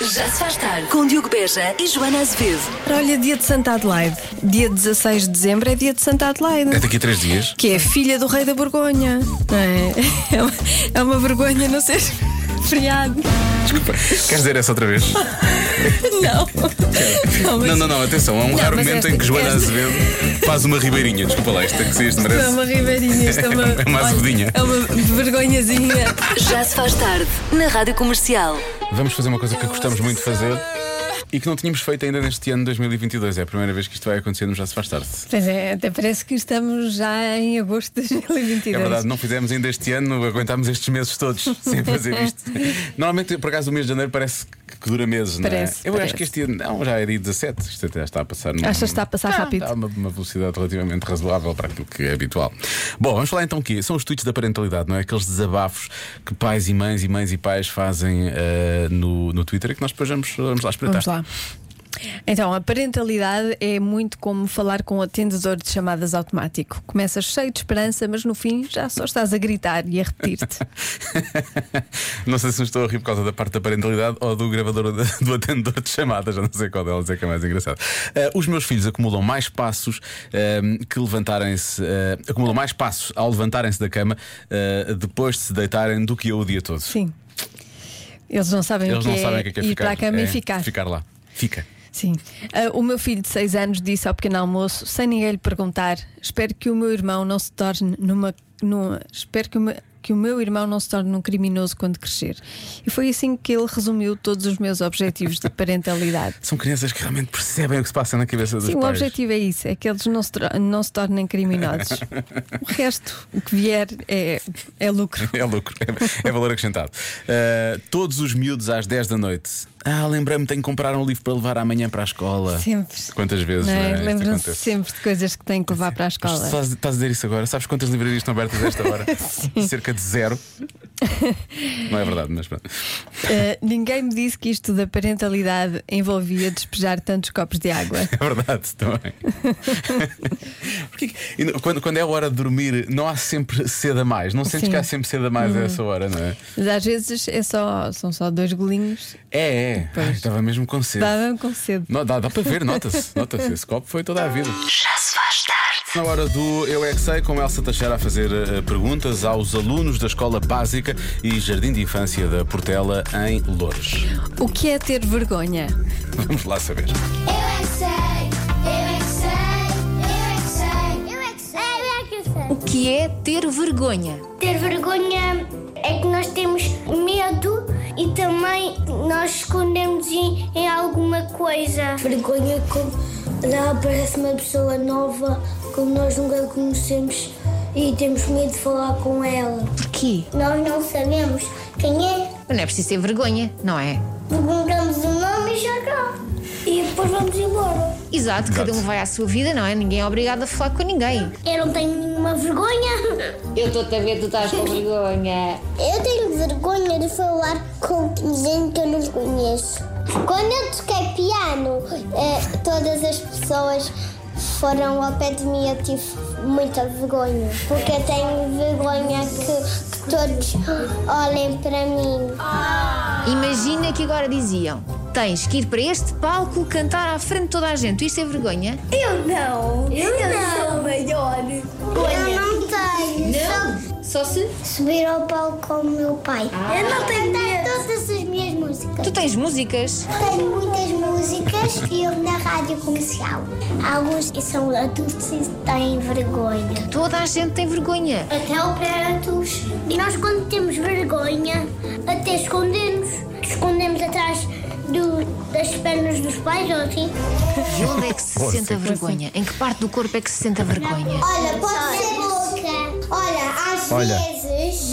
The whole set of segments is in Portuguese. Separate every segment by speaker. Speaker 1: Já se faz tarde com Diogo Beja e Joana Azevedo.
Speaker 2: Olha, dia de Santa Adelaide. Dia 16 de dezembro é dia de Santa
Speaker 3: É
Speaker 2: Adelaide.
Speaker 3: daqui a três dias.
Speaker 2: Que é filha do rei da Borgonha. não É, é, uma, é uma vergonha não ser feriado.
Speaker 3: Desculpa. Queres dizer essa outra vez?
Speaker 2: Não. Não, mas
Speaker 3: Não, não, não, atenção. Há um
Speaker 2: Não,
Speaker 3: raro
Speaker 2: mas
Speaker 3: momento
Speaker 2: esta-
Speaker 3: em que Joana
Speaker 2: esta-
Speaker 3: Azevedo faz uma ribeirinha. Desculpa lá, isto é que se isto
Speaker 2: isto é
Speaker 3: merece.
Speaker 2: uma ribeirinha, isto é uma.
Speaker 3: É uma
Speaker 2: olha,
Speaker 3: azedinha.
Speaker 2: É uma vergonhazinha.
Speaker 1: Já se faz tarde na Rádio Comercial.
Speaker 3: Vamos fazer uma coisa que gostamos muito de fazer e que não tínhamos feito ainda neste ano 2022. É a primeira vez que isto vai acontecer, no já se faz tarde.
Speaker 2: Pois é, até parece que estamos já em agosto de 2022.
Speaker 3: É verdade, não fizemos ainda este ano, aguentámos estes meses todos sem fazer isto. Normalmente, por acaso, o mês de janeiro parece que dura meses, não é?
Speaker 2: Parece,
Speaker 3: Eu acho
Speaker 2: parece.
Speaker 3: que este ano, não, já é dia 17, isto até já está a passar. num-
Speaker 2: Achas que está a passar
Speaker 3: Ah,
Speaker 2: rápido?
Speaker 3: Está a uma, uma velocidade relativamente razoável para aquilo que é habitual. Bom, vamos falar então o quê? São os tweets da parentalidade, não é? Aqueles desabafos que pais e mães e mães e pais fazem eh, no, no Twitter e que nós depois vamos, vamos lá espreitar.
Speaker 2: Vamos lá. Então, a parentalidade é muito como falar com o atendedor de chamadas automático. Começas cheio de esperança, mas no fim já só estás a gritar e a repetir-te.
Speaker 3: não sei se me estou a rir por causa da parte da parentalidade ou do gravador de- do atendedor de chamadas, já não sei qual delas é que é mais engraçado. Eh, os meus filhos acumulam mais passos ehm, que levantarem-se, eh, acumulam mais passos ao levantarem-se da cama eh, depois de se deitarem do que eu o dia todo.
Speaker 2: Sim. Eles não sabem
Speaker 3: Eles
Speaker 2: o que
Speaker 3: não
Speaker 2: é
Speaker 3: sabem o que é, que é
Speaker 2: ir
Speaker 3: ficar.
Speaker 2: para a cama
Speaker 3: é
Speaker 2: e ficar.
Speaker 3: Ficar lá. Fica.
Speaker 2: Sim. Ah, o meu filho de 6 anos disse ao pequeno almoço, sem ninguém lhe perguntar: Espero que o meu irmão não se torne numa. numa espero que o, meu, que o meu irmão não se torne um criminoso quando crescer. E foi assim que ele resumiu todos os meus objetivos de parentalidade.
Speaker 3: São crianças que realmente percebem o que se passa na cabeça dos
Speaker 2: Sim, o
Speaker 3: pais.
Speaker 2: objetivo é isso: é que eles não se, tro- não se tornem criminosos. o resto, o que vier, é, é lucro.
Speaker 3: É lucro, é, é valor acrescentado. Eh, todos os miúdos às 10 da noite. Ah, lembrei-me, tenho que comprar um livro para levar amanhã para a escola.
Speaker 2: Sempre.
Speaker 3: Quantas vezes,
Speaker 2: não é?
Speaker 3: não é? Isto
Speaker 2: Lembram-se
Speaker 3: acontece.
Speaker 2: sempre de coisas que têm que levar para a
Speaker 3: Mas
Speaker 2: escola.
Speaker 3: Estás, estás a dizer isso agora? Sabes quantas livrarias estão abertas a esta hora? Cerca de zero. Não é verdade, mas pronto.
Speaker 2: Uh, ninguém me disse que isto da parentalidade envolvia despejar tantos copos de água.
Speaker 3: É verdade também. Porquê que- e não- quando, quando é a hora de dormir, não há sempre cedo a mais. Não sentes
Speaker 2: Sim.
Speaker 3: que há sempre cedo a mais a essa hora, não é?
Speaker 2: Mas às vezes é só, são só dois golinhos,
Speaker 3: É, é. Ai, estava mesmo com cedo.
Speaker 2: davam com cedo.
Speaker 3: Não, dá, dá para ver, nota-se. Nota-se. Esse copo foi toda a vida.
Speaker 1: Já se faz tarde.
Speaker 3: Na hora do Eu é que sei, com Elsa Teixeira a fazer eh, perguntas aos alunos da Escola Básica e Jardim de Infância da Portela, em Loures.
Speaker 2: O que é ter vergonha?
Speaker 3: Vamos lá saber.
Speaker 4: Eu é que sei, eu é que sei, eu é que sei, eu é que sei, eu é que sei.
Speaker 5: O que é ter vergonha?
Speaker 4: Ter vergonha é que nós temos medo e também nós escondemos em, em alguma coisa. Vergonha quando lá aparece uma pessoa nova como nós nunca conhecemos e temos medo de falar com ela.
Speaker 5: Porquê?
Speaker 4: Nós não sabemos quem é,
Speaker 5: Não é preciso ter vergonha, não é?
Speaker 4: perguntamos o nome e já cá. E depois vamos embora.
Speaker 5: Exato, cada um vai à sua vida, não é? Ninguém é obrigado a falar com ninguém.
Speaker 4: Eu não tenho nenhuma vergonha.
Speaker 5: Eu estou-te a ver, tu estás com vergonha.
Speaker 4: Eu tenho vergonha de falar com gente que eu não conheço. Quando eu toquei piano, eh, todas as pessoas foram ao pé de mim e eu tive muita vergonha. Porque eu tenho vergonha que, que todos olhem para mim.
Speaker 5: Imagina que agora diziam: tens que ir para este palco cantar à frente de toda a gente. Isto é vergonha?
Speaker 4: Eu não. Eu, não. sou maior. Eu não tenho.
Speaker 5: Só se.
Speaker 4: Subir ao palco com o meu pai. Eu não tenho todas as minhas músicas.
Speaker 5: Tu tens músicas?
Speaker 4: Tenho muitas músicas que eu na rádio comercial. Alguns que são adultos e têm vergonha.
Speaker 5: Toda a gente tem vergonha.
Speaker 4: Até operatos. E nós, quando temos vergonha, até escondemos. Escondemos atrás do- das pernas dos pais ou assim.
Speaker 5: E onde é que se sente a vergonha? Em que parte do corpo é que se sente a vergonha?
Speaker 4: Olha, pode ser boca. Olha, às
Speaker 3: Olha.
Speaker 4: vezes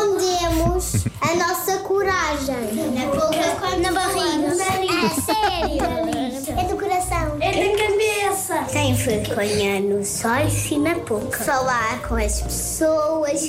Speaker 4: escondemos a nossa coragem. Na boca, na barriga. É sério. É do coração. É da cabeça. Tem vergonha nos olhos e na boca. Falar com as pessoas.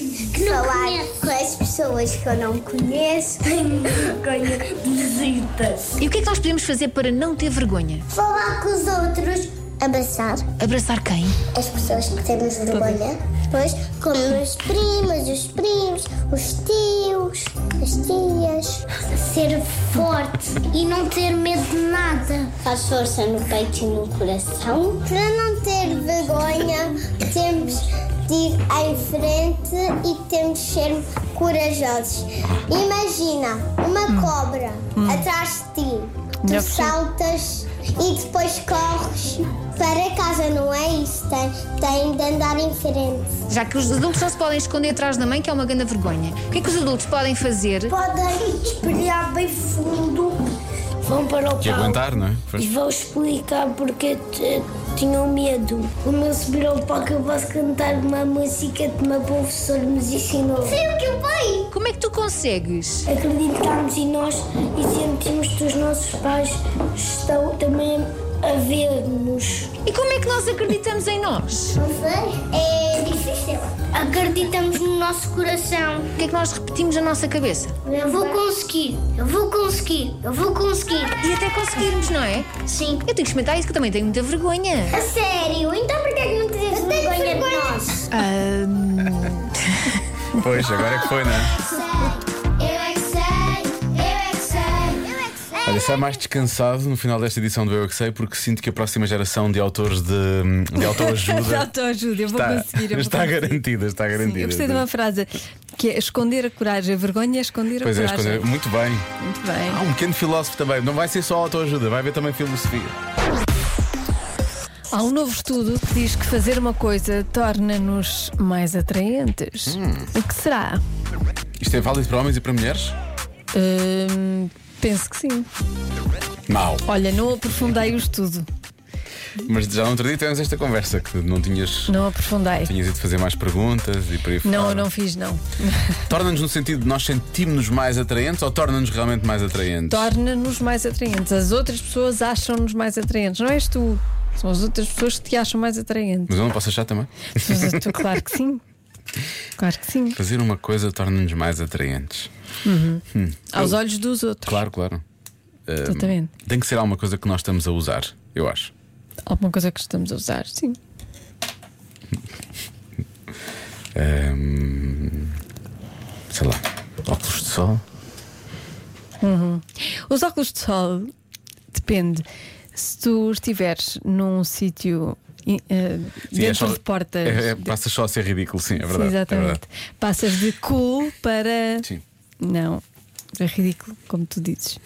Speaker 4: falar com as pessoas que eu não conheço. Tenho vergonha de visitas.
Speaker 5: E o que é que nós podemos fazer para não ter vergonha?
Speaker 4: Falar com os outros. Abraçar
Speaker 5: Abraçar quem?
Speaker 4: as pessoas que temos vergonha. Depois, como os primos, os primos, os tios. as tias. Ser forte e não ter medo de nada. Faz força no peito e no coração. Para não ter vergonha, temos de ir em frente e temos de ser corajosos. Imagina uma cobra atrás de ti. Tu
Speaker 2: Melhor possível.
Speaker 4: saltas e depois corres para casa, não é isso? Tem, tem de andar em frente.
Speaker 5: Já que os adultos só se podem esconder atrás da mãe, que é uma grande vergonha. O que é que os adultos podem fazer?
Speaker 4: podem espelhar bem fundo.
Speaker 6: Vão para o
Speaker 3: Que
Speaker 6: palco
Speaker 3: aguentar, não é?
Speaker 6: e
Speaker 3: Pois.
Speaker 6: vão explicar porque t- tinham medo. Como eu subir ao palco, eu posso cantar uma música que uma professora nos ensinou.
Speaker 4: Sei o que eu pai?
Speaker 5: Como é que tu consegues?
Speaker 6: Acreditamos em nós e sentimos que os nossos pais estão também a ver-nos.
Speaker 5: E como é que nós acreditamos em nós?
Speaker 4: Não sei. É difícil. Acreditamos no nosso coração.
Speaker 5: O que é que nós repetimos na nossa cabeça?
Speaker 4: Eu vou conseguir, eu vou conseguir, eu vou conseguir.
Speaker 5: E até conseguirmos, não é?
Speaker 4: Sim.
Speaker 5: Eu tenho que experimentar isso, que eu também tenho muita vergonha.
Speaker 4: A sério? Então porquê que não tens vergonha, de nós?
Speaker 3: Pois, agora é que foi, não é?
Speaker 4: Eu é que sei, eu é que sei, eu é que sei.
Speaker 3: Olha, sai mais descansado no final desta edição do Eu É Que Sei, porque sinto que a próxima geração de autores de, de
Speaker 2: Já
Speaker 3: autoajuda
Speaker 2: estou a ajuda, eu vou
Speaker 3: está,
Speaker 2: conseguir. Eu vou
Speaker 3: está
Speaker 2: conseguir.
Speaker 3: garantida, está
Speaker 2: Sim,
Speaker 3: garantida.
Speaker 2: eu gostei de uma frase que é esconder a coragem, a vergonha é esconder a
Speaker 3: Pois é,
Speaker 2: coragem.
Speaker 3: esconder. Muito bem.
Speaker 2: Muito bem.
Speaker 3: Há um pequeno filósofo também. Não vai ser só autoajuda, vai haver também filosofia.
Speaker 2: Há um novo estudo que diz que fazer uma coisa torna-nos mais atraentes. O que será?
Speaker 3: Isto é válido para homens e para mulheres?
Speaker 2: Hum, penso que sim.
Speaker 3: Mal.
Speaker 2: Olha, não aprofundei o estudo.
Speaker 3: Mas já não outro dia tivemos esta conversa que não tinhas.
Speaker 2: Não aprofundei.
Speaker 3: Tinhas ido fazer mais perguntas e por aí
Speaker 2: Não,
Speaker 3: fora.
Speaker 2: não fiz, não.
Speaker 3: Torna-nos no sentido de nós sentimos-nos mais atraentes ou torna-nos realmente mais atraentes?
Speaker 2: Torna-nos mais atraentes. As outras pessoas acham-nos mais atraentes. Não és tu. São as outras pessoas que te acham mais atraente.
Speaker 3: Mas eu não posso achar também.
Speaker 2: Mas tu, claro que sim. Claro que sim.
Speaker 3: Fazer uma coisa torna-nos mais atraentes.
Speaker 2: Aos olhos dos outros.
Speaker 3: Claro, claro. Ahm,
Speaker 2: Exatamente.
Speaker 3: tem que ser alguma coisa que nós estamos a usar, eu acho.
Speaker 2: Alguma coisa que estamos a usar, sim.
Speaker 3: Ahm, Ehm, sei lá, óculos de sol.
Speaker 2: Os óculos de sol depende. Se tu estiveres num sítio eh,
Speaker 3: Sim, é
Speaker 2: dentro
Speaker 3: só-
Speaker 2: de portas.
Speaker 3: É, é, passas só a ser ridículo, sim, é verdade.
Speaker 2: Sim,
Speaker 3: É
Speaker 2: exatamente.
Speaker 3: verdade.
Speaker 2: Passas de cool para.
Speaker 3: Sim.
Speaker 2: Não. É ridículo, como tu dizes.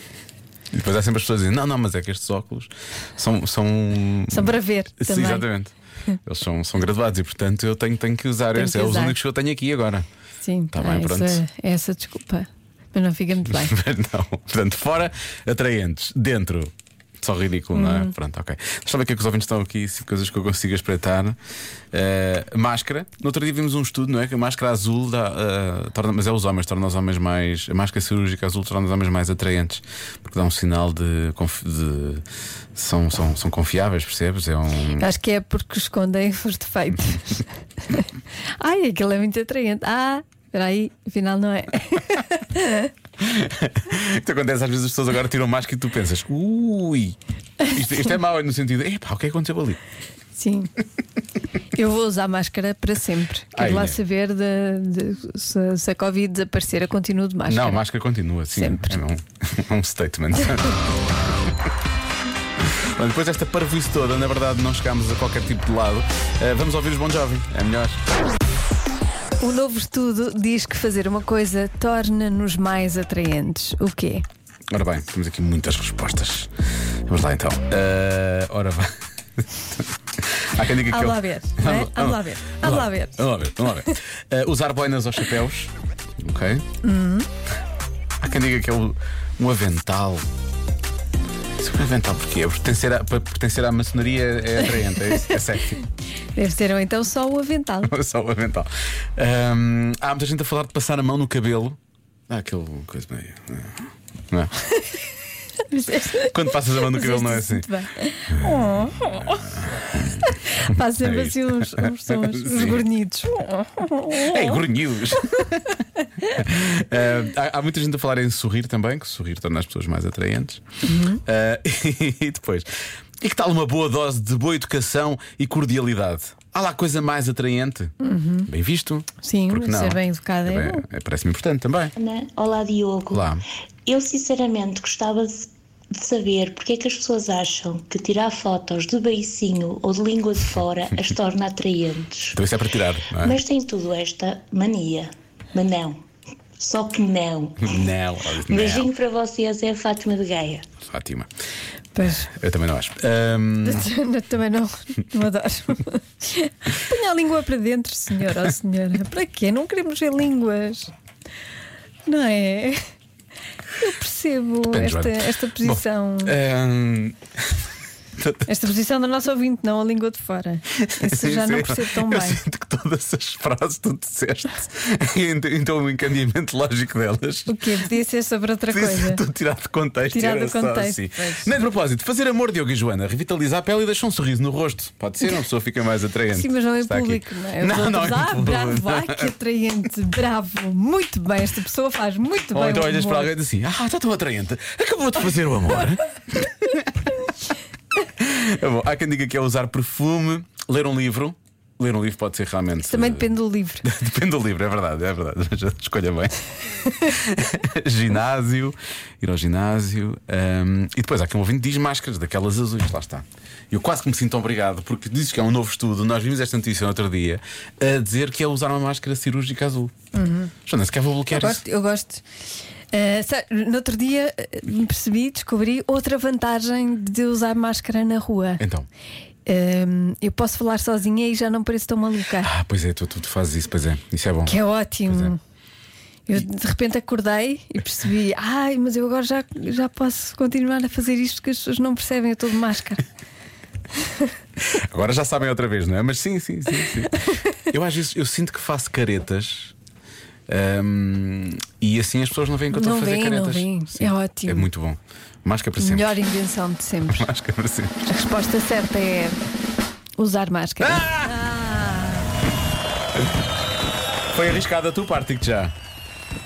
Speaker 3: E depois há sempre as pessoas dizendo: não, não, mas é que estes óculos são. São,
Speaker 2: São para ver.
Speaker 3: Sim,
Speaker 2: também.
Speaker 3: exatamente. Eles são, são graduados e, portanto, eu tenho, tenho que usar
Speaker 2: Tenho
Speaker 3: estes.
Speaker 2: que
Speaker 3: É os
Speaker 2: usar.
Speaker 3: únicos que eu tenho aqui agora.
Speaker 2: Sim,
Speaker 3: Tá
Speaker 2: ah,
Speaker 3: bem,
Speaker 2: essa,
Speaker 3: pronto.
Speaker 2: essa desculpa. Mas não fica muito bem.
Speaker 3: não. Portanto, fora, atraentes. Dentro, só ridículo, não é? Pronto, ok. Deixa eu ver o que é que os ouvintes estão aqui, se coisas que eu consigo espreitar. Eh, máscara. No outro dia vimos um estudo, não é? Que a máscara azul dá, eh, torna, mas é os homens, torna os homens mais. A máscara cirúrgica azul torna os homens mais atraentes, porque dá um sinal de. confi- de- são, são, são confiáveis, percebes? É um.
Speaker 2: Acho que é porque escondem os defeitos. Ai, aquilo é muito atraente. Ah, espera aí, afinal não é.
Speaker 3: O que acontece às vezes as pessoas agora tiram máscara e tu pensas, ui, isto, isto é mau, no sentido, epá, o que é que aconteceu ali?
Speaker 2: Sim. Eu vou usar máscara para sempre. Quero
Speaker 3: Ai,
Speaker 2: lá
Speaker 3: né?
Speaker 2: saber de- de- se, se a Covid desaparecer, eu continuo de máscara.
Speaker 3: Não, a máscara continua, sim.
Speaker 2: Sempre.
Speaker 3: É um, é um statement. Bom, Depois desta parvoíce toda, na verdade, não chegámos a qualquer tipo de lado. Eh, vamos ouvir os Bon Jovi, é melhor.
Speaker 2: Um novo estudo diz que fazer uma coisa torna-nos mais atraentes. O quê?
Speaker 3: Ora bem, temos aqui muitas respostas. Vamos lá então. Eh, ora vai. Há quem diga que
Speaker 2: Há
Speaker 3: eu-
Speaker 2: lá ver, não é? Há lá ver, há lá ver.
Speaker 3: Vamos lá ver, vamos lá ver. Eh, usar boinas aos chapéus. Ok.
Speaker 2: Hum.
Speaker 3: Há quem diga que é o- um avental. Isso é um avental porquê? É Pertencer à, para pertencer à maçonaria é atraente, é, isso? é sexy. é
Speaker 2: Deve ser ou então só o avental.
Speaker 3: Só o avental. Ahm, há muita gente a falar de passar a mão no cabelo. Há aquele coisa meio. Não é? Quando passas a mão no cabelo não é assim.
Speaker 2: Muito bem. Oh. Faz sempre
Speaker 3: É isto.
Speaker 2: assim uns, uns sons, uns
Speaker 3: Sim.
Speaker 2: grunhidos.
Speaker 3: Ei, grunhidos! É Eh, há, há muita gente a falar em sorrir também, que sorrir torna as pessoas mais atraentes.
Speaker 2: Uhum.
Speaker 3: Eh, e depois, e que tal uma boa dose de boa educação e cordialidade? Há lá coisa mais atraente? Bem visto?
Speaker 2: Uhum. Sim,
Speaker 3: Porque não?
Speaker 2: ser bem educada é
Speaker 3: Também
Speaker 2: bom.
Speaker 3: é- Parece-me importante também.
Speaker 7: Ana. Olá, Diogo.
Speaker 3: Olá.
Speaker 7: Eu sinceramente gostava de de saber porque é que as pessoas acham que tirar fotos de beicinho ou de língua de fora as torna atraentes.
Speaker 3: Então isso é para tirar, não é?
Speaker 7: Mas tem tudo esta mania. Mas não. Só que não.
Speaker 3: Não, óbvio que
Speaker 7: Um
Speaker 3: não.
Speaker 7: beijinho para vocês é a Fátima de Gaia.
Speaker 3: Fátima.
Speaker 2: Pois,
Speaker 3: Eu também não acho. Ahm,
Speaker 2: eu também não, não adoro. Ponha a língua para dentro, senhora ou senhora. Para quê? Não queremos ver línguas. Não é? Eu percebo
Speaker 3: Depende,
Speaker 2: esta,
Speaker 3: Joana.
Speaker 2: esta
Speaker 3: Bom,
Speaker 2: posição.
Speaker 3: ahm,
Speaker 2: Esta posição da nossa ouvinte, não a língua de fora. Isso já não
Speaker 3: eu-
Speaker 2: percebo tão
Speaker 3: eu
Speaker 2: bem.
Speaker 3: sinto que todas as frases tu disseste, ent- então o encaminhamento lógico delas.
Speaker 2: O quê? Podia ser sobre outra
Speaker 3: Podia ser
Speaker 2: coisa.
Speaker 3: tudo tirado de contexto. e
Speaker 2: Tirado
Speaker 3: era
Speaker 2: do
Speaker 3: só
Speaker 2: contexto,
Speaker 3: assim.
Speaker 2: pois.
Speaker 3: Nem de propósito, fazer amor, Diogo e Joana, revitaliza a pele e deixa um sorriso no rosto. Pode ser, uma pessoa fica mais atraente.
Speaker 2: Sim, mas não é em
Speaker 3: Está aqui.
Speaker 2: público, não é? Os
Speaker 3: Não, não
Speaker 2: outros,
Speaker 3: é em
Speaker 2: ah, bravo,
Speaker 3: público.
Speaker 2: ah, que atraente, bravo, muito bem, esta pessoa faz muito
Speaker 3: Ou
Speaker 2: bem.
Speaker 3: então
Speaker 2: o
Speaker 3: olhas
Speaker 2: humor.
Speaker 3: para alguém e diz assim: Ah, está tão atraente, acabou de fazer o amor. É bom, há quem diga que é usar perfume, ler um livro. Ler um livro pode ser realmente.
Speaker 2: Também depende do livro.
Speaker 3: Depende do livro, é verdade, é verdade. Já escolha bem. ginásio, ir ao ginásio. hum, e depois há quem ouvinte diz máscaras, daquelas azuis, lá está. Eu quase que me sinto obrigado, porque dizes que é um novo estudo. Nós vimos esta notícia no outro dia a dizer que é usar uma máscara cirúrgica azul. Joana, se quer vou
Speaker 2: Eu
Speaker 3: bloquear isso.
Speaker 2: gosto, eu gosto. Eh, sabe, no outro dia eh, me percebi, descobri outra vantagem de usar máscara na rua.
Speaker 3: Então.
Speaker 2: Eh, eu posso falar sozinha e já não pareço tão maluca.
Speaker 3: Ah, pois é, tu, tu, tu fazes isso, pois é. Isso é bom.
Speaker 2: Que é ótimo. Eu de repente acordei e percebi, ai, mas eu agora já, já posso continuar a fazer isto que as pessoas não percebem, eu estou de máscara.
Speaker 3: Agora já sabem outra vez, não é? Mas sim, sim, sim. sim. eu às vezes eu sinto que faço caretas. hum, e assim as pessoas não veem que eu estou
Speaker 2: Não
Speaker 3: a fazer
Speaker 2: veem, não
Speaker 3: caretas.
Speaker 2: veem.
Speaker 3: Sim.
Speaker 2: É ótimo.
Speaker 3: É muito bom. Máscara para sempre.
Speaker 2: Melhor invenção de sempre.
Speaker 3: Máscara para sempre.
Speaker 2: A resposta certa é usar máscara.
Speaker 3: Ah! Foi arriscada a tua parte, digo-te já.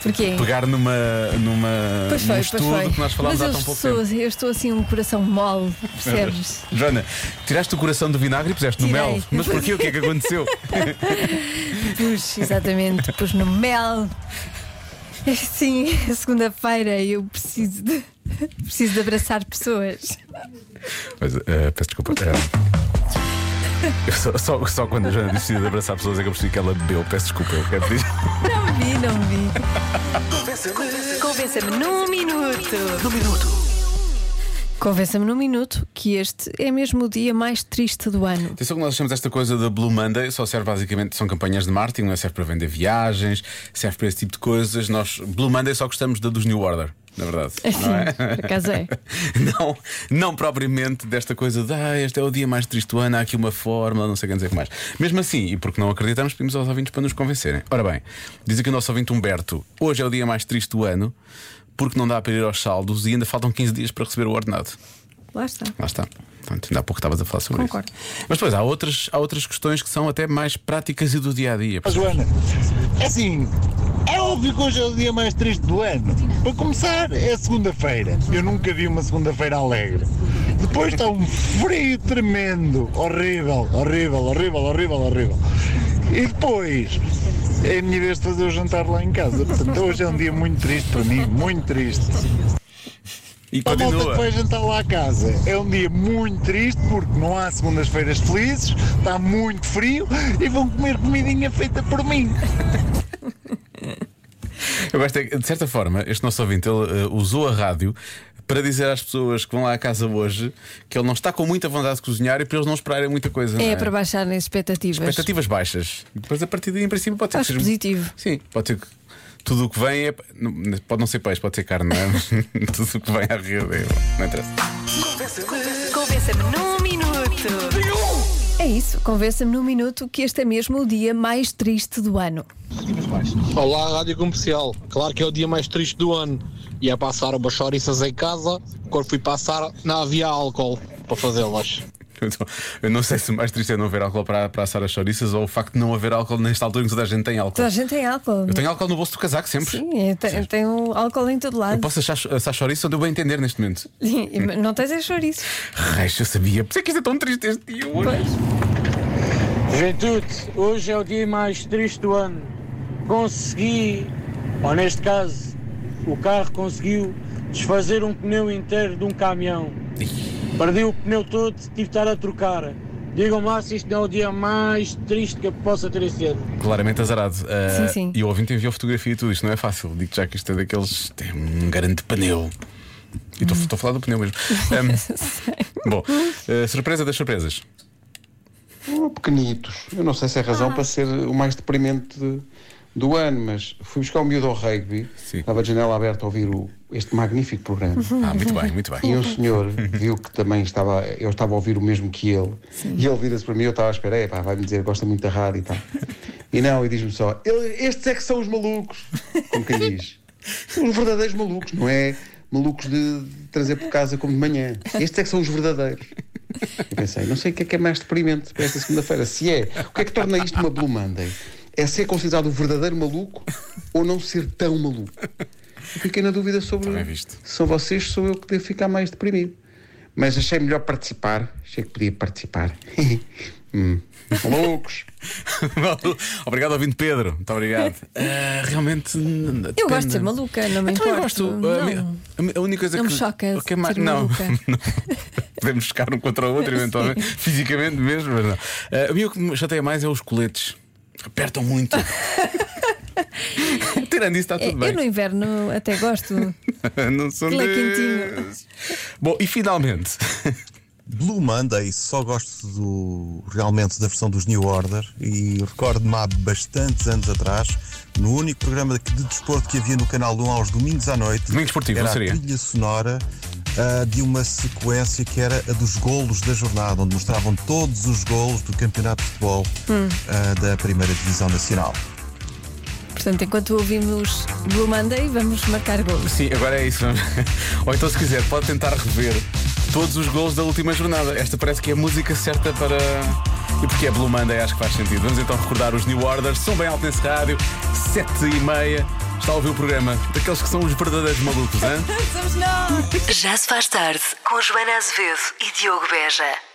Speaker 2: Porquê?
Speaker 3: Pegar numa, numa
Speaker 2: Pois foi,
Speaker 3: num
Speaker 2: pois
Speaker 3: estudo
Speaker 2: foi.
Speaker 3: que nós falámos
Speaker 2: Mas
Speaker 3: há
Speaker 2: eu
Speaker 3: tão pouco
Speaker 2: sou,
Speaker 3: tempo.
Speaker 2: eu estou assim um coração mole, percebes?
Speaker 3: Joana, tiraste o coração do vinagre e puseste no
Speaker 2: Tirei.
Speaker 3: mel. Mas porquê? O que é que aconteceu?
Speaker 2: Pus, exatamente, pus no mel. É Sim, é segunda-feira e eu preciso de, preciso de abraçar pessoas.
Speaker 3: Mas, eh, peço desculpa. Eh, eu só, só- só quando a Joana decidiu de abraçar pessoas é que eu percebi que ela bebeu. Peço desculpa, eu quero pedir.
Speaker 2: Não vi, não vi. Convença-me num minuto. Num minuto. Convença-me num minuto que este é mesmo o dia mais triste do ano.
Speaker 3: Atenção que nós achamos esta coisa da Blue Monday, só serve basicamente, são campanhas de marketing, não é? serve para vender viagens, serve para esse tipo de coisas. Nós, Blue Monday, só gostamos da dos New Order, na verdade.
Speaker 2: Assim,
Speaker 3: não é?
Speaker 2: por acaso é.
Speaker 3: não, não propriamente desta coisa de ah, este é o dia mais triste do ano, há aqui uma fórmula, não sei o que dizer o que mais. Mesmo assim, e porque não acreditamos, pedimos aos ouvintes para nos convencerem. Ora bem, diz aqui o nosso ouvinte Humberto: hoje é o dia mais triste do ano, porque não dá para ir aos saldos e ainda faltam 15 dias para receber o ordenado.
Speaker 2: Lá está.
Speaker 3: Lá está. Portanto, ainda há pouco estavas a falar sobre
Speaker 2: Concordo.
Speaker 3: isso. Mas depois há outras, há outras questões que são até mais práticas e do dia a dia.
Speaker 8: Ó, Joana, é assim, é óbvio que hoje é o dia mais triste do ano. Para começar, é segunda-feira. Eu nunca vi uma segunda-feira alegre. Depois está um frio tremendo, horrível, horrível, horrível, horrível, horrível. E depois é a minha vez de fazer o jantar lá em casa. Portanto, hoje é um dia muito triste para mim, muito triste.
Speaker 3: E
Speaker 8: A malta
Speaker 3: continua.
Speaker 8: que vai jantar lá a casa é um dia muito triste porque não há segundas-feiras felizes, está muito frio e vão comer comidinha feita por mim.
Speaker 3: Eu gosto é que, de certa forma, este nosso ouvinte ele, eh, usou a rádio para dizer às pessoas que vão lá à casa hoje que ele não está com muita vontade de cozinhar e para eles não esperarem muita coisa. não
Speaker 2: É para baixar as expectativas.
Speaker 3: Expectativas baixas. E depois, a partir daí, em princípio, pode ser
Speaker 2: Acho
Speaker 3: que seja-
Speaker 2: positivo.
Speaker 3: Sim, pode ser que. Tudo o que vem é. não- Pode não ser peixe, pode ser carne, não é? Mas Tudo o que vem à rede é. Não interessa.
Speaker 1: Convença-me num minuto.
Speaker 2: É isso, convença-me num minuto que este é mesmo o dia mais triste do ano.
Speaker 9: Olá, Rádio Comercial. Claro que é o dia mais triste do ano. Ia passar umas chouriças em casa, quando fui passar, não havia álcool para fazê-las.
Speaker 3: Então, Eu não sei se o mais triste é não haver álcool para, para assar as chouriças ou o facto de não haver álcool nesta altura em que toda a gente tem álcool.
Speaker 2: Toda a gente tem álcool. é?
Speaker 3: Eu tenho álcool no bolso do casaco sempre.
Speaker 2: Sim, é eu te- eu tenho um álcool em todo
Speaker 3: Eu
Speaker 2: lado.
Speaker 3: posso achar, assar chouriças onde eu bem entender neste momento.
Speaker 2: Não tens a chouriço.
Speaker 3: é Reis, eu sabia. Por isso é que isto é tão triste este dia hoje.
Speaker 10: Juventude, hoje é o dia mais triste do ano. Consegui, ou neste caso, o carro conseguiu desfazer um pneu inteiro de um caminhão. Perdi o pneu todo, tive de estar a trocar. Digam-me lá se isto não é o dia mais triste que eu possa ter este ano.
Speaker 3: Claramente azarado.
Speaker 2: Sim,
Speaker 3: Ah,
Speaker 2: sim.
Speaker 3: E o ouvinte enviou fotografia e tudo. Isto não é fácil. Digo já que isto é daqueles. Tem um grande pneu. E estou estou a falar do pneu mesmo. Ah, bom, ah, surpresa das surpresas.
Speaker 11: Foram Oh, pequenitos. Eu não sei se é razão para ser o mais deprimente de- do ano, mas fui buscar o miúdo ao rugby.
Speaker 3: Sim.
Speaker 11: Estava de janela aberta a ouvir o- este magnífico programa.
Speaker 3: Ah, muito bem, muito bem.
Speaker 11: E um senhor viu que também estava, eu estava a ouvir o mesmo que ele. E ele vira-se para mim, eu estava à espera, "É, pá, vai-me dizer, gosta muito da rádio e tal. E não, e diz-me só, "Ele- estes é que são os malucos. Como quem diz? São os verdadeiros malucos, não é malucos de trazer por casa como de manhã. Estes é que são os verdadeiros. Eu pensei, não sei o que é que é mais deprimente para esta segunda-feira. Se é, o que é que torna isto uma Blue Monday? É ser considerado o verdadeiro maluco ou não ser tão maluco? Eu fiquei na dúvida sobre
Speaker 3: Também visto.
Speaker 11: se são vocês, sou eu que devo ficar mais deprimido. Mas achei melhor participar. Achei que podia participar. Hum, Loucos.
Speaker 3: obrigado, ouvinte Pedro. Muito obrigado. Ah, realmente.
Speaker 2: Eu gosto de ser maluca, não me
Speaker 3: Então Eu também
Speaker 2: importo.
Speaker 3: gosto. uh,
Speaker 2: Não.
Speaker 3: A mi- a mi- A única coisa
Speaker 2: Não
Speaker 3: que.
Speaker 2: me choca
Speaker 3: o que é mais-
Speaker 2: ser
Speaker 3: não,
Speaker 2: maluca.
Speaker 3: não. Podemos chocar um contra o outro, eventualmente, fisicamente mesmo, mas não. Ah, a mim o que me chateia mais é os coletes. Apertam muito. Tirando isso, está
Speaker 2: É,
Speaker 3: tudo
Speaker 2: Eu
Speaker 3: bem.
Speaker 2: no inverno até gosto.
Speaker 3: não sou
Speaker 2: Aquilo é
Speaker 3: desses.
Speaker 2: quentinho.
Speaker 3: Bom, e finalmente.
Speaker 12: Blue Monday, só gosto do, realmente da versão dos New Order e recordo-me há bastantes anos atrás, no único programa de, de desporto que havia no Canal 1 aos domingos à noite,
Speaker 3: Domingo esportivo,
Speaker 12: era
Speaker 3: não seria?
Speaker 12: a trilha sonora ah, de uma sequência que era a dos golos da jornada, onde mostravam todos os golos do campeonato de futebol ah, da Primeira Divisão Nacional.
Speaker 2: Portanto, enquanto ouvimos Blue Monday, vamos marcar gols.
Speaker 3: Sim, agora é isso. Ou então, se quiser, pode tentar rever todos os gols da última jornada. Esta parece que é a música certa para. E porque é Blue Monday, acho que faz sentido. Vamos então recordar os New Orders. São bem alto nesse rádio, 7 e meia. Está a ouvir o programa daqueles que são os verdadeiros malucos, hein?
Speaker 1: Já se faz tarde com Joana Azevedo e Diogo Beja.